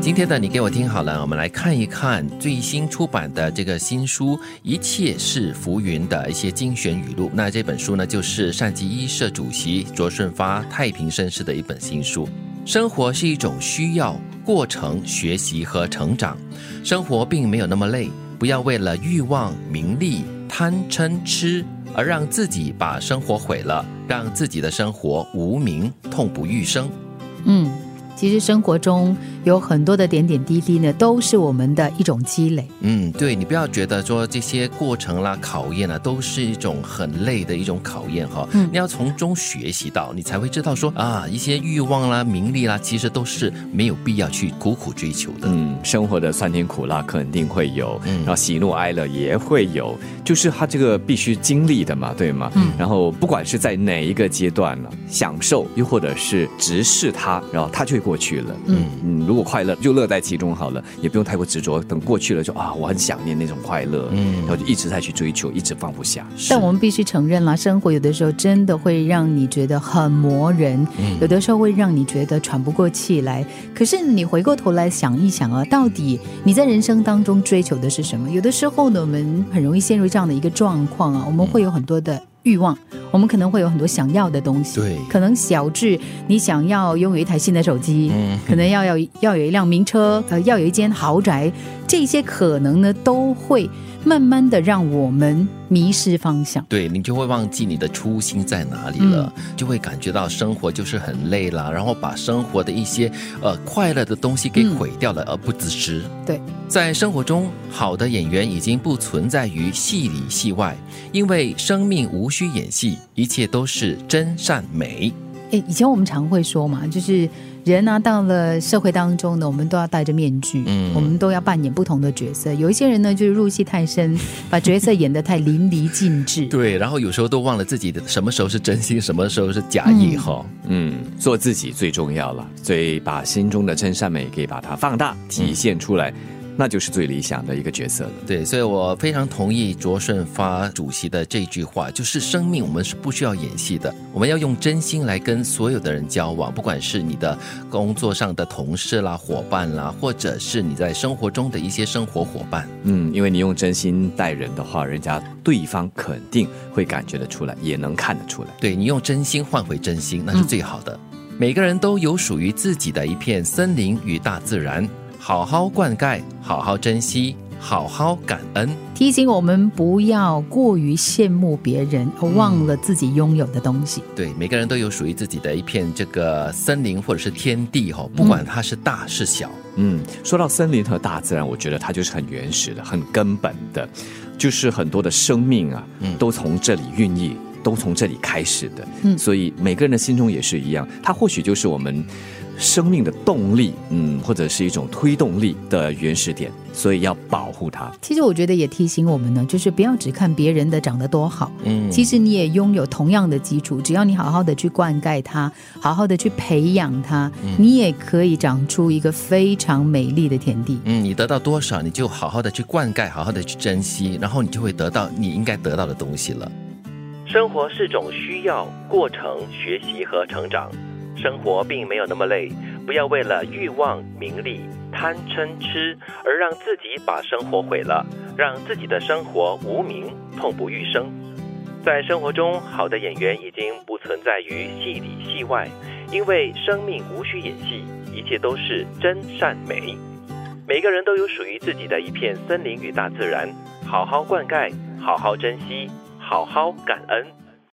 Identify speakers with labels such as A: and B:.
A: 今天的你给我听好了，我们来看一看最新出版的这个新书《一切是浮云》的一些精选语录。那这本书呢，就是善吉一社主席卓顺发太平绅士的一本新书。生活是一种需要过程、学习和成长，生活并没有那么累。不要为了欲望、名利、贪嗔痴而让自己把生活毁了，让自己的生活无名，痛不欲生。
B: 嗯，其实生活中有很多的点点滴滴呢，都是我们的一种积累。
A: 嗯，对你不要觉得说这些过程啦、考验啊，都是一种很累的一种考验哈、
B: 嗯
A: 你要从中学习到，你才会知道说啊，一些欲望啦、名利啦，其实都是没有必要去苦苦追求的。
C: 嗯，生活的酸甜苦辣肯定会有，
A: 嗯
C: 然后喜怒哀乐也会有，就是他这个必须经历的嘛，对吗？
B: 嗯
C: 然后不管是在哪一个阶段呢，享受又或者是直视它，然后它就会过去了。
B: 嗯
C: 嗯，如果快乐就乐在其中好了，也不用太过执着。等过去了就啊，我很想念那种快乐，
A: 嗯
C: 然后就一直在去追求，一直放不下。
A: 是
B: 但我们必须承认啦，生活有的时候真的会让你觉得很磨人，有的时候会让你觉得喘不过气来。可是你回过头来想一想啊，到底你在人生当中追求的是什么？有的时候呢，我们很容易陷入这样的一个状况啊，我们会有很多的欲望，我们可能会有很多想要的东西。
A: 对
B: 可能小至你想要拥有一台新的手机，
A: 嗯
B: 可能要要要有一辆名车，呃，要有一间豪宅，这些可能呢都会慢慢的让我们迷失方向。
A: 对你就会忘记你的初心在哪里了，
B: 嗯
A: 就会感觉到生活就是很累啦，然后把生活的一些呃快乐的东西给
B: 嗯
A: 毁掉了，而不自知。
B: 对，
A: 在生活中，好的演员已经不存在于戏里戏外，因为生命无需演戏，一切都是真善美。
B: 诶，以前我们常会说嘛，就是人啊，到了社会当中呢，我们都要戴着面具，
A: 嗯
B: 我们都要扮演不同的角色。有一些人呢，就是入戏太深，把角色演得太淋漓尽致。
A: 对，然后有时候都忘了自己的什么时候是真心，什么时候是假意
B: 嗯
A: 哈。
C: 嗯，做自己最重要了，所以把心中的真善美给把它放大体现出来，那就是最理想的一个角色了。
A: 对，所以我非常同意卓顺发主席的这句话，就是生命我们是不需要演戏的，我们要用真心来跟所有的人交往，不管是你的工作上的同事啦、伙伴啦，或者是你在生活中的一些生活伙伴。
C: 嗯，因为你用真心待人的话，人家对方肯定会感觉得出来，也能看得出来。
A: 对你用真心换回真心，那是最好的。每个人都有属于自己的一片森林与大自然，好好灌溉，好好珍惜，好好感恩。
B: 提醒我们不要过于羡慕别人，
A: 嗯
B: 而忘了自己拥有的东西。
A: 对，每个人都有属于自己的一片这个森林或者是天地哈、不管它是大是小，
C: 嗯，说到森林和大自然，我觉得它就是很原始的、很根本的，就是很多的生命啊，
A: 嗯
C: 都从这里孕育。都从这里开始的，
B: 嗯
C: 所以每个人的心中也是一样，它或许就是我们生命的动力，嗯，或者是一种推动力的原始点，所以要保护它。
B: 其实我觉得也提醒我们呢，就是不要只看别人的长得多好，
A: 嗯
B: 其实你也拥有同样的基础，只要你好好的去灌溉它，好好的去培养它，
A: 嗯
B: 你也可以长出一个非常美丽的田地。
A: 嗯，你得到多少，你就好好的去灌溉，好好的去珍惜，然后你就会得到你应该得到的东西了。生活是种需要、过程、学习和成长。生活并没有那么累，不要为了欲望、名利、贪嗔痴而让自己把生活毁了，让自己的生活无名，痛不欲生。在生活中，好的演员已经不存在于戏里戏外，因为生命无需演戏，一切都是真善美。每个人都有属于自己的一片森林与大自然，好好灌溉，好好珍惜，好好感恩。